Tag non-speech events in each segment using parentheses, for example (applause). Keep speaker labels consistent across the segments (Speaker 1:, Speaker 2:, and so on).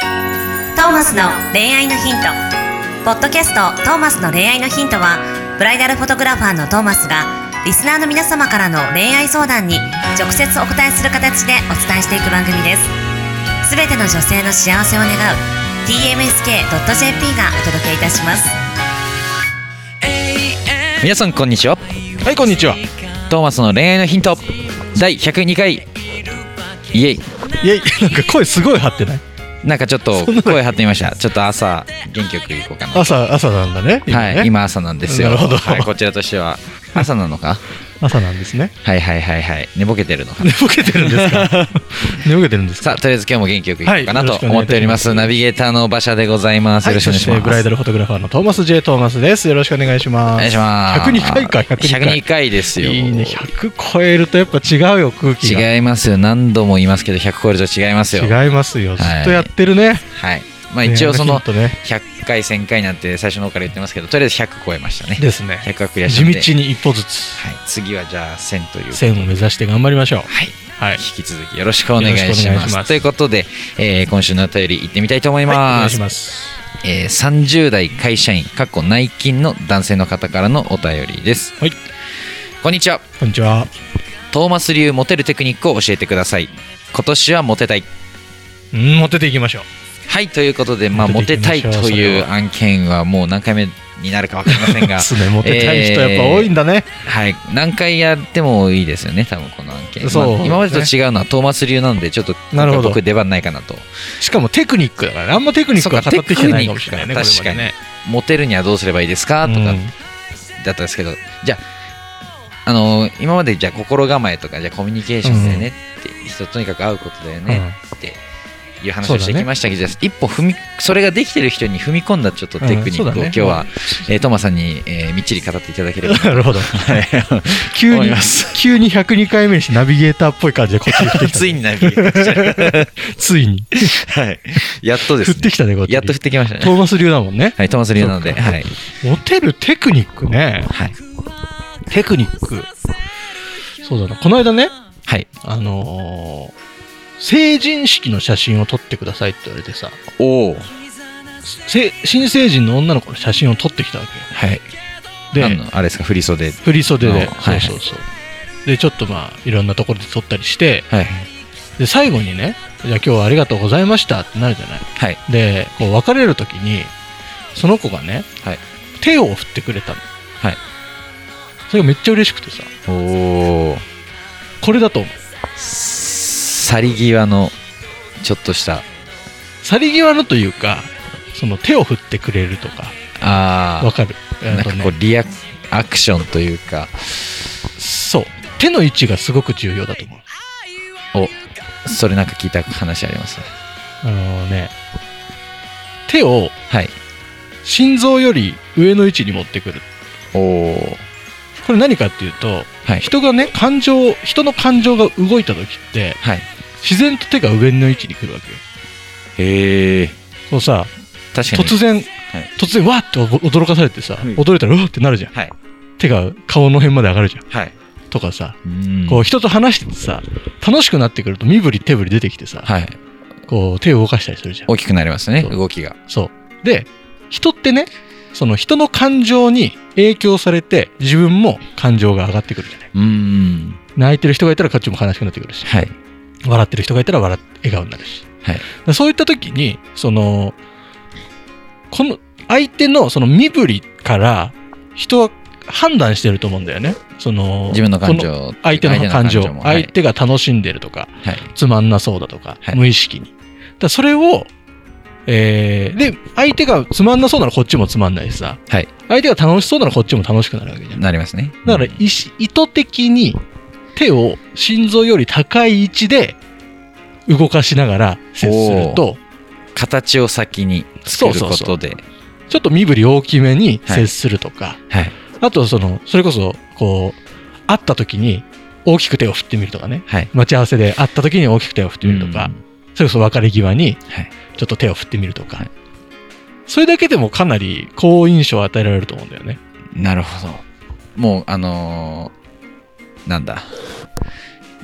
Speaker 1: トーマスの恋愛のヒント」ポッドキャスト「トーマスの恋愛のヒントは」ブライダルフォトグラファーのトーマスがリスナーの皆様からの恋愛相談に直接お答えする形でお伝えしていく番組ですすべての女性の幸せを願う tmsk.jp がお届けいたします
Speaker 2: 皆さんこんにちは
Speaker 3: はいこんにちは
Speaker 2: トーマスの恋愛のヒント第102回イエイ
Speaker 3: いやなんか声すごい張ってない
Speaker 2: なんかちょっと声張ってみましたちょっと朝元気よく行こうかな
Speaker 3: 朝朝なんだね今ね、
Speaker 2: はい今朝なんですよ
Speaker 3: なるほど
Speaker 2: はい、こちらとしては朝なのか
Speaker 3: 朝なんですね
Speaker 2: はいはいはいはい寝ぼけてるのかな
Speaker 3: 寝ぼけてるんですか (laughs) 寝ぼけてるんですか
Speaker 2: さあとりあえず今日も元気よく行こうかな
Speaker 3: はいよろ
Speaker 2: と
Speaker 3: しくお願
Speaker 2: 思
Speaker 3: いいたします
Speaker 2: っております,、ナビゲーターの馬車でございます、
Speaker 3: はい
Speaker 2: よろしくお願いし
Speaker 3: そ
Speaker 2: ま
Speaker 3: て
Speaker 2: す
Speaker 3: ブライダルフォトグラファーのトーマス J トーマスですよろしくお願いします
Speaker 2: お願いします
Speaker 3: 102回か102回
Speaker 2: 102回ですよ
Speaker 3: いいね100超えるとやっぱ違うよ空気が
Speaker 2: 違いますよ何度も言いますけど100超えると違いますよ
Speaker 3: 違いますよ、
Speaker 2: い
Speaker 3: ずっとやってるね
Speaker 2: はいまあ一応その
Speaker 3: 恋愛のヒン
Speaker 2: 100回1000回なんて最初の方から言ってますけどとりあえず100超えましたね
Speaker 3: トねですね
Speaker 2: 100はクリアし
Speaker 3: 地
Speaker 2: たんで
Speaker 3: 道に一歩ずつ
Speaker 2: はい、次はじゃあ1000という
Speaker 3: 線を目指して頑張りましょう
Speaker 2: はい
Speaker 3: はい
Speaker 2: 引き続きよろしくお願い
Speaker 3: よろし
Speaker 2: し
Speaker 3: くお願いし
Speaker 2: ま
Speaker 3: ますす
Speaker 2: ということで、えー今週のお便り行ってみたいと思い
Speaker 3: はいお願
Speaker 2: ま
Speaker 3: いし
Speaker 2: す,、
Speaker 3: ます
Speaker 2: えー30代会社員かっこ内勤の男性の方からのお便りです、
Speaker 3: はい、
Speaker 2: こんにちは
Speaker 3: こんにちは
Speaker 2: トーマス流モテるテクニックを教えてください今年はモテたい
Speaker 3: うんモテていきましょう
Speaker 2: はいということで、まあ、モ
Speaker 3: モ
Speaker 2: テ
Speaker 3: テていき
Speaker 2: た
Speaker 3: ま
Speaker 2: い
Speaker 3: しょう
Speaker 2: と
Speaker 3: そ
Speaker 2: い
Speaker 3: れ
Speaker 2: う
Speaker 3: は
Speaker 2: 案件はもう何回目になるか分かりません
Speaker 3: (laughs) で
Speaker 2: が
Speaker 3: すねモテたい人やっぱ多いんだね、
Speaker 2: はい、何回やってもいいですよね、多分この案件。
Speaker 3: そう
Speaker 2: まあ今までと違うのはトーマス流なので、ちょっと今
Speaker 3: なる
Speaker 2: 回
Speaker 3: ほど
Speaker 2: 僕出番ないかなと。
Speaker 3: しかもテクニックだからねあんまテクニックは語ってきてないかもしれないね
Speaker 2: そっか
Speaker 3: これまでね
Speaker 2: モテるにはどうすればいいですかとかだっ
Speaker 3: うん
Speaker 2: たんですけど、じゃあ、あの今までじゃあ心構えとか、じゃあコミュニケーションだよねって、人とにかく会うことだよねっていう話をしてきましたけど、じゃあ一歩踏み、それができてる人に踏み込んだちょっとテクニックを
Speaker 3: うんそうだね
Speaker 2: 今日は、えートーマさんに、えーみっちり語っていただければ
Speaker 3: (laughs) なるほど
Speaker 2: はい
Speaker 3: 急 (laughs)
Speaker 2: 思い
Speaker 3: に
Speaker 2: ます
Speaker 3: 急に102回目にしてナビゲーターっぽい感じでこっちに来てきた
Speaker 2: ついにナビゲートしちゃう
Speaker 3: ついに (laughs)
Speaker 2: はい。やっとです
Speaker 3: 降
Speaker 2: ね。
Speaker 3: ってきたねこっちに
Speaker 2: やっと降ってきました
Speaker 3: ト
Speaker 2: ね。
Speaker 3: ーマス流だもんね
Speaker 2: はい、トーマス流なので、
Speaker 3: そうか
Speaker 2: はい。
Speaker 3: モテるテクニックね
Speaker 2: はい。
Speaker 3: テクニックそうだなこの間ね
Speaker 2: はい。
Speaker 3: あのー成人式の写真を撮ってくださいって言われてさ
Speaker 2: おお。
Speaker 3: せ新成人の女の子の写真を撮ってきたわけ
Speaker 2: はい。
Speaker 3: よ
Speaker 2: 何
Speaker 3: で
Speaker 2: のあれですか、振り袖。
Speaker 3: 振り袖
Speaker 2: あ
Speaker 3: で
Speaker 2: はいはい
Speaker 3: そうそうそうでちょっとまあいろんなところで撮ったりして
Speaker 2: はい。
Speaker 3: で最後にねじゃあ今日はありがとうございましたってなるじゃない
Speaker 2: はい。
Speaker 3: でこう別れる時にその子がね
Speaker 2: はい。
Speaker 3: 手を振ってくれたの
Speaker 2: はい。
Speaker 3: それがめっちゃ嬉しくてさ
Speaker 2: おお。
Speaker 3: これだと思う
Speaker 2: 去り際の、ちょっとした、
Speaker 3: 去り際のというかその手を振ってくれるとかわ
Speaker 2: あ
Speaker 3: かる
Speaker 2: あ、なんか
Speaker 3: えっと
Speaker 2: こ
Speaker 3: ね
Speaker 2: う、リアアクションというか、
Speaker 3: そう手の位置がすごく重要だと思う
Speaker 2: お、それなんか聞いた話ありますね。
Speaker 3: あのね手を
Speaker 2: はい。
Speaker 3: 心臓より上の位置に持ってくる
Speaker 2: おお。
Speaker 3: これ何かっていうと
Speaker 2: はい。
Speaker 3: 人がね感情人の感情が動いた時って
Speaker 2: はい。
Speaker 3: 自然と手が上の位置に来るわけよ
Speaker 2: へえ。
Speaker 3: そうさ
Speaker 2: 確かに。
Speaker 3: 突然、
Speaker 2: はい
Speaker 3: 突然わーって驚かされてさ、
Speaker 2: はい
Speaker 3: 驚いたらうわーってなるじゃん
Speaker 2: はい。
Speaker 3: 手が顔の辺まで上がるじゃん
Speaker 2: はい。
Speaker 3: とかさ
Speaker 2: うん
Speaker 3: こう人と話しててさ楽しくなってくると身振り手振り出てきてさ、
Speaker 2: はい。
Speaker 3: こう手を動かしたりするじゃん
Speaker 2: 大きくなりますね、
Speaker 3: そう
Speaker 2: 動きが。
Speaker 3: そうで人ってねその人の感情に影響されて自分も感情が上がってくるじゃない
Speaker 2: うん。
Speaker 3: 泣いてる人がいたらこっちも悲しくなってくるし
Speaker 2: はい。
Speaker 3: 笑ってる人がいたら笑っ笑顔になるし、
Speaker 2: はい
Speaker 3: でそういった時にそのこの相手のその身振りから人は判断してると思うんだよねその
Speaker 2: 自分の感
Speaker 3: こ
Speaker 2: 情
Speaker 3: 相手の感情
Speaker 2: もはい
Speaker 3: 相手が楽しんでるとか
Speaker 2: はい
Speaker 3: つまんなそうだとか、
Speaker 2: はい
Speaker 3: 無意識にだからそれをえーで相手がつまんなそうならこっちもつまんないしさ、
Speaker 2: はい
Speaker 3: 相手が楽しそうならこっちも楽しくなるわけじゃん
Speaker 2: なりますね
Speaker 3: だから意思意図的に手を心臓より高い位置で動かしながら接すると
Speaker 2: 形を先に作ることで
Speaker 3: ちょっと身振り大きめに接するとか、
Speaker 2: はい
Speaker 3: あとそのそれこそこう会った時に大きく手を振ってみるとかね
Speaker 2: はい
Speaker 3: 待ち合わせで会った時に大きく手を振ってみるとか、それこそ別れ際に
Speaker 2: はい
Speaker 3: ちょっと手を振ってみるとか、
Speaker 2: はい
Speaker 3: それだけでもかなり好印象を与えられると思うんだよね。
Speaker 2: うんなるほどもうあのーなんだ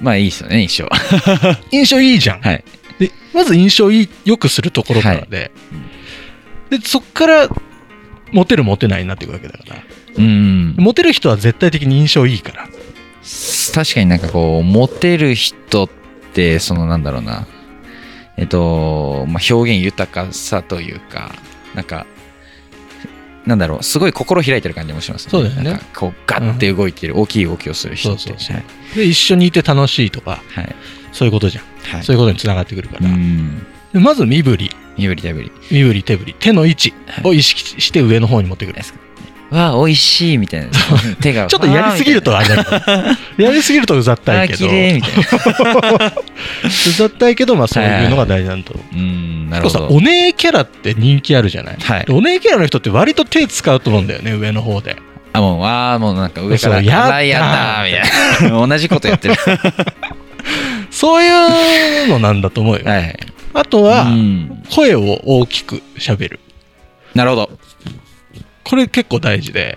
Speaker 2: まあいいですよね一生
Speaker 3: 印象いいじゃん、
Speaker 2: はい
Speaker 3: でまず印象いい良くするところからで、
Speaker 2: うん
Speaker 3: でそっからモテるモテないになっていくわけだから
Speaker 2: うん
Speaker 3: モテる人は絶対的に印象いいから
Speaker 2: 確かになんかこうモテる人ってそのなんだろうなえっと、まあ、表現豊かさというかなんかなんだろうすごい心開いてる感じもしますね
Speaker 3: そうだよね
Speaker 2: なんかこうガッて動いてる、大きい動きをする人って
Speaker 3: そうそうそう
Speaker 2: はい
Speaker 3: で一緒にいて楽しいとか
Speaker 2: はい、
Speaker 3: そういうことじゃん、
Speaker 2: はい、
Speaker 3: そういうことにつながってくるから、
Speaker 2: うん
Speaker 3: でまず身振り
Speaker 2: 身振り手振り
Speaker 3: 身振り手振り手の位置を意識して上の方に持ってくる、
Speaker 2: わあ美味しいみた
Speaker 3: (laughs)
Speaker 2: いな手が
Speaker 3: ちょっとやりすぎるとあれだけどやりすぎるとうざった
Speaker 2: あ
Speaker 3: い
Speaker 2: ー
Speaker 3: け
Speaker 2: 綺
Speaker 3: ど
Speaker 2: 麗みたいな
Speaker 3: うざったいけどまあそういうのが大事なんだと思う
Speaker 2: うんなる
Speaker 3: 結構
Speaker 2: ほ
Speaker 3: さ
Speaker 2: ど
Speaker 3: お姉キャラって人気あるじゃない、
Speaker 2: はい
Speaker 3: でお姉キャラの人って割と手使うと思うんだよね上の方で
Speaker 2: あもうわあもうなんか上から
Speaker 3: そうやったー
Speaker 2: あらやったーみたいな (laughs) 同じことや
Speaker 3: (laughs)
Speaker 2: ってる
Speaker 3: そういうのなんだと思うよ、
Speaker 2: はい
Speaker 3: あと
Speaker 2: う
Speaker 3: は
Speaker 2: ん
Speaker 3: 声を大きく喋る
Speaker 2: なるほど
Speaker 3: これ結構大事で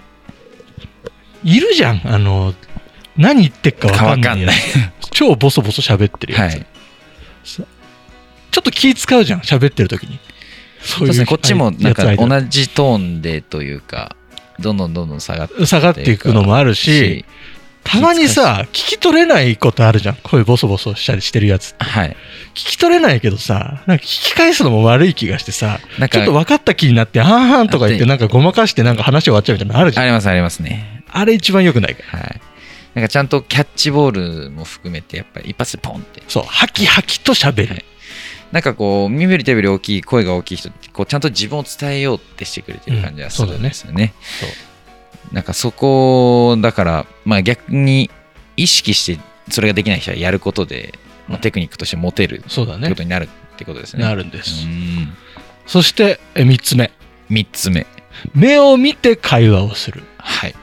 Speaker 3: いるじゃんあの何言ってっかわかんないやつ
Speaker 2: わかんない
Speaker 3: 超ボソボソ喋ってるやつ、
Speaker 2: はい
Speaker 3: ちょっと気使うじゃん喋ってる時にそ
Speaker 2: そうですねこっちもなんか
Speaker 3: じ
Speaker 2: 同じトーンでというかどんどんどんどん下がって
Speaker 3: 下がっていくのもあるしたまにさ聞き取れないことあるじゃん声ボソボソしたりしてるやつ
Speaker 2: はい
Speaker 3: 聞き取れないけどさなんか聞き返すのも悪い気がしてさ
Speaker 2: なん
Speaker 3: ちょ
Speaker 2: か
Speaker 3: っと分かった気になって「あんはん」とか言って
Speaker 2: あ
Speaker 3: なんかごまかしてなんか話終わっちゃうみたいなのあるじゃん
Speaker 2: ありますありますね
Speaker 3: あれ一番良くないから
Speaker 2: はいなんかちゃんとキャッチボールも含めてやっぱり一発でポンって
Speaker 3: そうハキハキと喋
Speaker 2: は
Speaker 3: る
Speaker 2: いなんかこう身振り手振り大きい声が大きい人ってこうちゃんと自分を伝えようってしてくれてる感じ
Speaker 3: う
Speaker 2: は
Speaker 3: ん
Speaker 2: す
Speaker 3: そうだ
Speaker 2: る
Speaker 3: ね
Speaker 2: んですよね。
Speaker 3: そう
Speaker 2: なんかそこだからまあ逆に意識してそれができない人はやることで、まあ、テクニックとしてモテるって
Speaker 3: そうだね
Speaker 2: ことになるってことですね。
Speaker 3: なるんです
Speaker 2: うん
Speaker 3: そして3つ目
Speaker 2: 3つ目
Speaker 3: 目を見て会話をする
Speaker 2: はい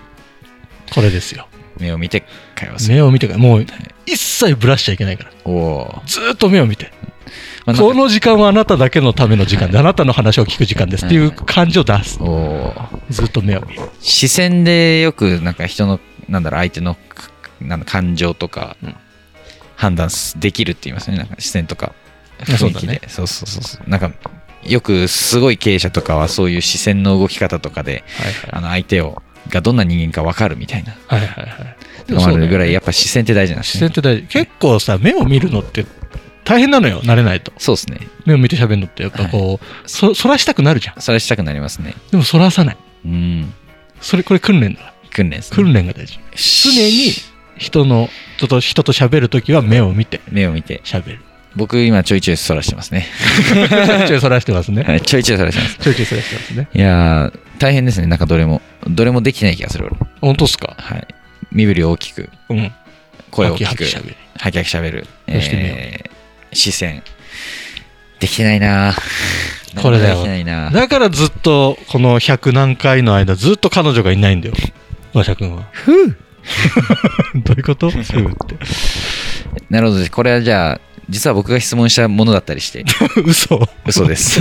Speaker 3: これですよ
Speaker 2: 目を見て会話する。
Speaker 3: 目を見てからもう一切ブラしちゃいけないから
Speaker 2: おお
Speaker 3: ずーっと目を見て
Speaker 2: ー、まあなんか
Speaker 3: この時間はあなただけのための時間であなたの話を聞く時間ですっていう感じを出す
Speaker 2: おー
Speaker 3: ずっと目を見る
Speaker 2: 視線でよくなんか人のなんだろう相手のかなんだ感情とか
Speaker 3: うん
Speaker 2: 判断すできるって言いますねなんか視線とか
Speaker 3: あそうだね
Speaker 2: 雰囲気でそうそうそうそうなんかよくすごい経営者とかはそういう視線の動き方とかで
Speaker 3: はいはい
Speaker 2: あの相手をがどんな人間か分かるみたいな
Speaker 3: はいはいはい。
Speaker 2: とかもあるぐらい
Speaker 3: でもそうだよね
Speaker 2: やっぱ視線って大事なんです
Speaker 3: 視
Speaker 2: ね
Speaker 3: 線って大事。結構さ、目を見るのって大変なのよ、慣れないと。
Speaker 2: そうですね
Speaker 3: 目を見て喋るのって、やっぱこう、そ、そらしたくなるじゃん。
Speaker 2: それしたくなりますね
Speaker 3: でもそらさない。
Speaker 2: うん
Speaker 3: それ、これ訓練だ。
Speaker 2: 訓練ですね
Speaker 3: 訓練が大事。常に人の、人と、人と喋るときは目を見て
Speaker 2: 目を見て (laughs)
Speaker 3: 喋る。
Speaker 2: 僕今ちょいちょいそらしてますね
Speaker 3: ちょいちょいそらしてます
Speaker 2: は
Speaker 3: ね。
Speaker 2: いちょいちょいそらしてます
Speaker 3: ちょいちょいそらしてますね。
Speaker 2: いやー大変ですねなんかどれもどれもできてない気がする俺
Speaker 3: 本当っすか
Speaker 2: はい。身振りを大きく、
Speaker 3: うん。
Speaker 2: 声を大き
Speaker 3: ハ
Speaker 2: く、
Speaker 3: キ
Speaker 2: は
Speaker 3: ハキ喋る。
Speaker 2: きはきしゃべる、
Speaker 3: そして目を見
Speaker 2: えー視線。できてないなぁ
Speaker 3: (laughs) これだよ
Speaker 2: できてないなぁ
Speaker 3: だからずっと、この100何回の間、ずっと彼女がいないんだよ。馬車くんは。ふ (laughs) どういうことふうって。
Speaker 2: なるほどです。これはじゃあ、実は僕が質問したものだったり
Speaker 3: (laughs)
Speaker 2: して、
Speaker 3: 嘘
Speaker 2: 嘘です。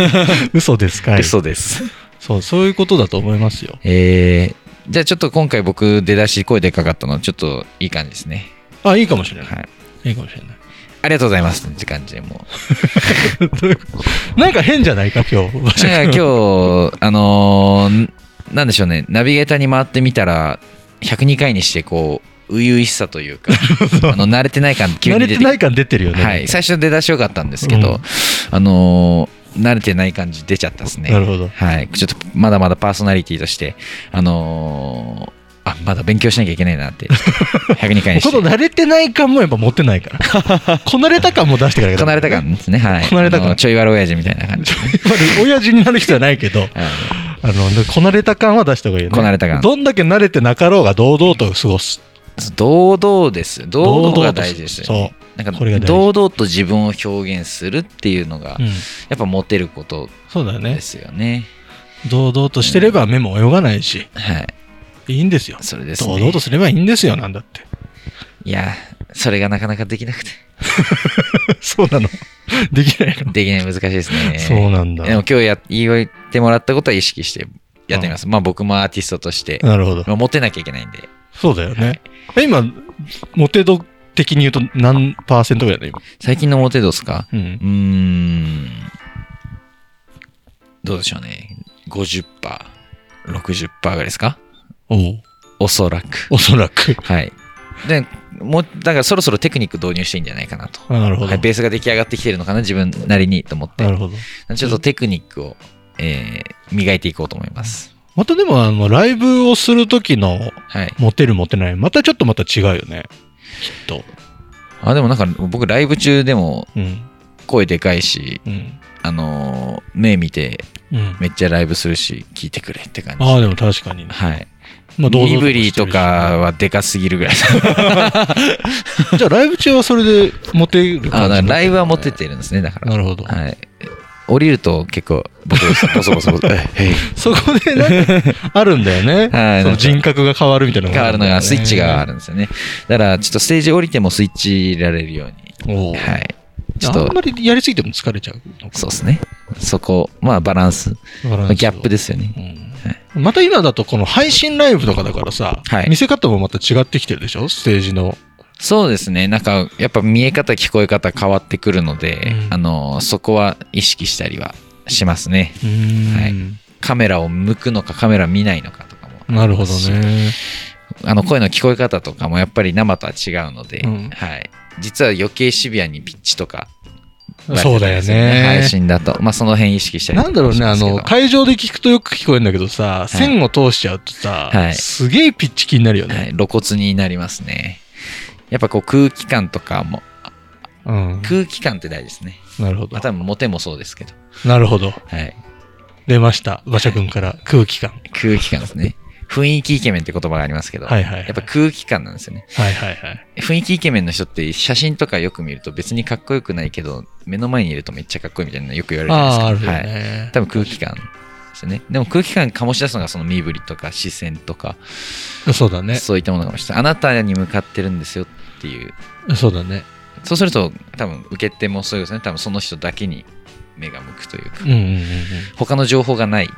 Speaker 3: 嘘ですかい
Speaker 2: 嘘です。
Speaker 3: そうそういうことだと思いますよ
Speaker 2: えー、じゃあちょっと今回僕出だし声でかかったの、ちょっといい感じですね。
Speaker 3: あいいかもしれない、
Speaker 2: はい。
Speaker 3: い、いかもしれない
Speaker 2: ありがとうございますって感じでもう。
Speaker 3: なんか変じゃないか今日馬車君
Speaker 2: なんか今日、あのーなんでしょうね、ナビゲーターに回ってみたら、102回にして、こう、初々しさという
Speaker 3: (laughs)
Speaker 2: か、あの慣れてない感、急
Speaker 3: 慣
Speaker 2: に
Speaker 3: れ
Speaker 2: 出
Speaker 3: て
Speaker 2: て
Speaker 3: ない感出てるよね、
Speaker 2: はい、最初出だしよかったんですけど、
Speaker 3: うん
Speaker 2: あのー慣れてない感じ出ちゃったです
Speaker 3: なる
Speaker 2: ね。
Speaker 3: ほど
Speaker 2: はい、ちょっとまだまだパーソナリティとして、あのーあまだ勉強しなきゃいけない
Speaker 3: (laughs)
Speaker 2: なって、102回にし
Speaker 3: この
Speaker 2: て。
Speaker 3: 慣れてない感もやっぱ持ってないか
Speaker 2: (laughs)
Speaker 3: らこなれた感も出してから
Speaker 2: こなれた感ですね。はい。
Speaker 3: こなれた感
Speaker 2: あのちょい悪親父みたいな感じ。
Speaker 3: 親父になる人はないけど
Speaker 2: はい
Speaker 3: あのこなれた感は出した方がいいよね
Speaker 2: こなれた感
Speaker 3: どんだけ慣れてなかろうが堂々と過ごす
Speaker 2: 堂々です。堂々が
Speaker 3: と
Speaker 2: 大事ですよね。
Speaker 3: そ
Speaker 2: な
Speaker 3: う
Speaker 2: んか
Speaker 3: これが大事
Speaker 2: 堂々と自分を表現するっていうのが、
Speaker 3: うん、
Speaker 2: やっぱモテること
Speaker 3: そうだよね
Speaker 2: ですよね。
Speaker 3: 堂々としてれば目も泳がないし
Speaker 2: はい。
Speaker 3: いいんですよ
Speaker 2: それです、ね。
Speaker 3: 堂々とすればいいんですよなんだって (laughs)
Speaker 2: いや、それがなかなかできなくて、
Speaker 3: そうなのできないの
Speaker 2: できない難しいですね。
Speaker 3: そうなんだ。
Speaker 2: でも今日や言ってもらったことは意識してやってみます。まあ僕もアーティストとして、
Speaker 3: なるほど。
Speaker 2: まあモテなきゃいけないんで、
Speaker 3: そうだよね。え今、モテ度的に言うと何パーセントぐらいだ、今。
Speaker 2: 最近のモテ度ですか
Speaker 3: うん
Speaker 2: うーん、どうでしょうね。 50%、60%ぐらいですか
Speaker 3: おう
Speaker 2: おそらく。
Speaker 3: おそらく。
Speaker 2: はい。で、もう、だからそろそろテクニック導入していいんじゃないかなと。
Speaker 3: あなるほど。
Speaker 2: はい、ベースが出来上がってきてるのかな、自分なりにと思って
Speaker 3: な。るほど。
Speaker 2: ちょっとテクニックを、えー磨いていこうと思います。
Speaker 3: またでも、あの、ライブをする時の、
Speaker 2: はい。
Speaker 3: モテるモテない、またちょっとまた違うよね。きっと。
Speaker 2: あ、でもなんか僕ライブ中でも
Speaker 3: うん。
Speaker 2: 声でかいし、
Speaker 3: うん。
Speaker 2: あのー目見て
Speaker 3: うん。
Speaker 2: めっちゃライブするし、聞いてくれって感じ。
Speaker 3: ああ、でも確かにね。
Speaker 2: はい。
Speaker 3: まあ、
Speaker 2: 身
Speaker 3: 堂々して
Speaker 2: 振
Speaker 3: る
Speaker 2: り
Speaker 3: し
Speaker 2: とか。はでかすぎる
Speaker 3: (laughs)
Speaker 2: ぐらい。
Speaker 3: じゃあ、ライブ中はそれでモテる
Speaker 2: あ、だ
Speaker 3: 感
Speaker 2: か
Speaker 3: じ
Speaker 2: らライブは持っててってるんですね、だから。
Speaker 3: なるほど。
Speaker 2: はい。降りると結構、ボソボソ、ボソボソボ
Speaker 3: (laughs)
Speaker 2: ソ、えい
Speaker 3: そこ
Speaker 2: (laughs)
Speaker 3: でなんかあるんだよね。
Speaker 2: はい
Speaker 3: その人格が変わるみたいな
Speaker 2: 変わるのが、スイッチがあ
Speaker 3: る。
Speaker 2: るんですよね。だから、ちょっとステージ降りてもスイッチ入れられるように。
Speaker 3: おう
Speaker 2: はい。ちょっ
Speaker 3: あん
Speaker 2: と、
Speaker 3: まりやりすぎても疲れちゃうのか
Speaker 2: そうですね。そこ、まあ、バランス。
Speaker 3: わからない
Speaker 2: ギャップ
Speaker 3: で。
Speaker 2: ですよね。
Speaker 3: うんまた今だとこの配信ライブとかだからさ、
Speaker 2: はい
Speaker 3: 見せ方もまた違ってきてるでしょステージの。
Speaker 2: そうですね。なんか、やっぱ見え方、聞こえ方変わってくるので、
Speaker 3: うん
Speaker 2: あの、そこは意識したりはしますね。はいカメラを向くのか、カメラ見ないのかとかも。
Speaker 3: なるほどね。
Speaker 2: あの声の聞こえ方とかもやっぱり生とは違うので、
Speaker 3: うん
Speaker 2: はい、実は余計シビアにピッチとか、
Speaker 3: そうだよ
Speaker 2: 配
Speaker 3: ね。
Speaker 2: 信だと、まあ、その辺意識したりと
Speaker 3: な
Speaker 2: か
Speaker 3: んだろう
Speaker 2: し
Speaker 3: ね、あ
Speaker 2: ますけど
Speaker 3: の、会場で聞くとよく聞こえるんだけどさ、線を通しちゃうとさ
Speaker 2: は、い
Speaker 3: すげえピッチ気になるよ
Speaker 2: は
Speaker 3: ね。
Speaker 2: い露骨になりますね。やっぱこう空気感とかも、
Speaker 3: うん。
Speaker 2: 空気感って大事ですね。
Speaker 3: なるほ
Speaker 2: ま
Speaker 3: ど
Speaker 2: あ、。多分モテもそうですけど、
Speaker 3: なるほど。
Speaker 2: はい、
Speaker 3: 出ました。馬車君から空気感。
Speaker 2: 空気感ですね。雰囲気イケメンって言葉がありますけど、
Speaker 3: はいはいはい。
Speaker 2: やっぱ空気感なんですよね。
Speaker 3: はいはいはい。
Speaker 2: 雰囲気イケメンの人って写真とかよく見ると別にかっこよくないけど、目の前にいるとめっちゃかっこいいみたいなのよく言われるじゃないです
Speaker 3: あ
Speaker 2: か。
Speaker 3: あ、あるよ
Speaker 2: はい
Speaker 3: ね。
Speaker 2: 多分空気感ですよね。でも空気感醸し出すのがその身振りとか視線とか、
Speaker 3: そうだね。
Speaker 2: そういったものかもしれない。あなたに向かってるんですよっていう。
Speaker 3: そうだね。
Speaker 2: そうすると多分受け手もそうですね。多分その人だけに目が向くというか
Speaker 3: う、んうんうんうん。
Speaker 2: 他の情報がない。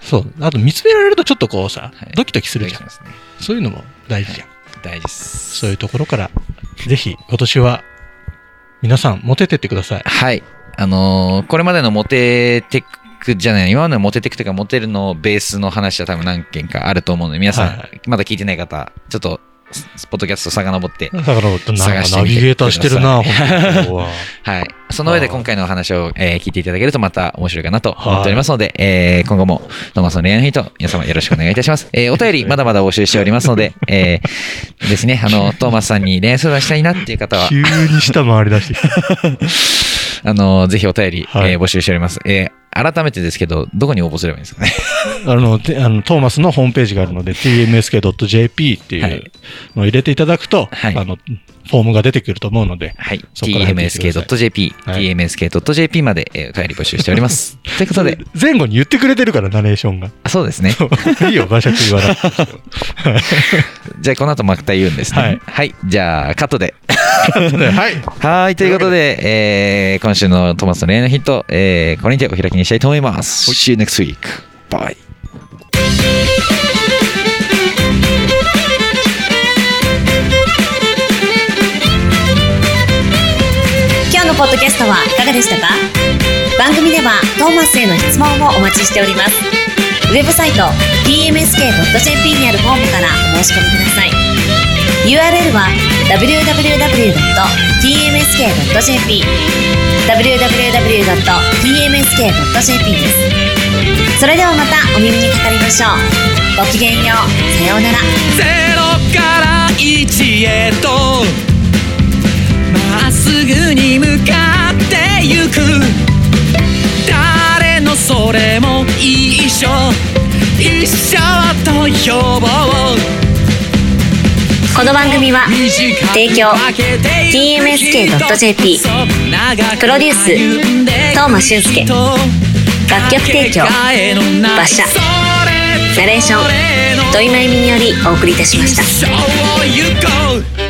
Speaker 3: そう。あと見つめられるとちょっとこうさ
Speaker 2: はい、
Speaker 3: ドキドキするじゃん。
Speaker 2: ですね。
Speaker 3: そういうのも大事じゃん。
Speaker 2: 大事です。
Speaker 3: そういうところから、ぜひ今年は皆さんモテてってください。
Speaker 2: はい。あのーこれまでのモテテクじゃない、今までのモテテクというか、モテるのベースの話は多分何件かあると思うので、皆さん、
Speaker 3: はいは
Speaker 2: まだ聞いてない方、ちょっと、ススポットキャスト遡って、
Speaker 3: だから、なんか
Speaker 2: 探して
Speaker 3: ナ
Speaker 2: み
Speaker 3: ビ
Speaker 2: て
Speaker 3: ゲーターしてる
Speaker 2: (laughs)
Speaker 3: な、
Speaker 2: くだ
Speaker 3: 本当は。
Speaker 2: はい。その上で今回のお話を、えー聞いていただけるとまた面白いかなと
Speaker 3: はい
Speaker 2: 思っておりますので、えー今後も、トーマスの恋愛の日と皆様よろしくお願いいたします。えーお便りまだまだ募集しておりますの
Speaker 3: (laughs)
Speaker 2: で、えーですね、あの、トーマスさんに恋愛相談したいなっていう方は
Speaker 3: 急、に下回り出してき
Speaker 2: (laughs)
Speaker 3: た。
Speaker 2: あの、ぜひお便り、
Speaker 3: はい
Speaker 2: えー募集しております。えー改めてですけど、どこに応募すればいいんですかね。
Speaker 3: あの、てあのトーマスのホームページがあるので、tmsk.jp ってい
Speaker 2: は
Speaker 3: う
Speaker 2: い
Speaker 3: のを入れていただくと、
Speaker 2: はい
Speaker 3: あの、フォームが出てくると思うので、
Speaker 2: はい。
Speaker 3: そこから入ってきてください
Speaker 2: tmsk.jp、
Speaker 3: はい
Speaker 2: tmsk.jp まで、えーお便り募集しており
Speaker 3: (laughs)
Speaker 2: ます。ということで、
Speaker 3: 前後に言ってくれてるから、ナレーショ
Speaker 2: (laughs)
Speaker 3: ンが。
Speaker 2: あそうですね。
Speaker 3: いいよ、馬車君言
Speaker 2: (laughs)
Speaker 3: わなくて。
Speaker 2: じゃあ、この後また言うんですね。
Speaker 3: は
Speaker 2: はいい。じゃあ、カットで。
Speaker 3: はい。
Speaker 2: はい。ということで、えー今週のトマスの恋愛のヒント、えーこれにてお開きにしたいと思います。See you next week. Bye.
Speaker 1: 「今日のポッドキャストはいかがでしたか番組ではトーマスへの質問もお待ちしておりますウェブサイト tmsk.jp にあるフォームからお申し込みください URL は www.tmsk.jp www.tmsk.jp ですそれではまたお耳にかかりましょうごきげんようさようなら
Speaker 4: ゼロから一へとまっすぐに向かってゆく誰のそれも一緒一緒と呼ぼう
Speaker 1: この番組は提供 TMSK.jp プロデュース東間俊介楽曲提供馬車ナレーション土井真由美によりお送りいたしました
Speaker 4: 一生を行こう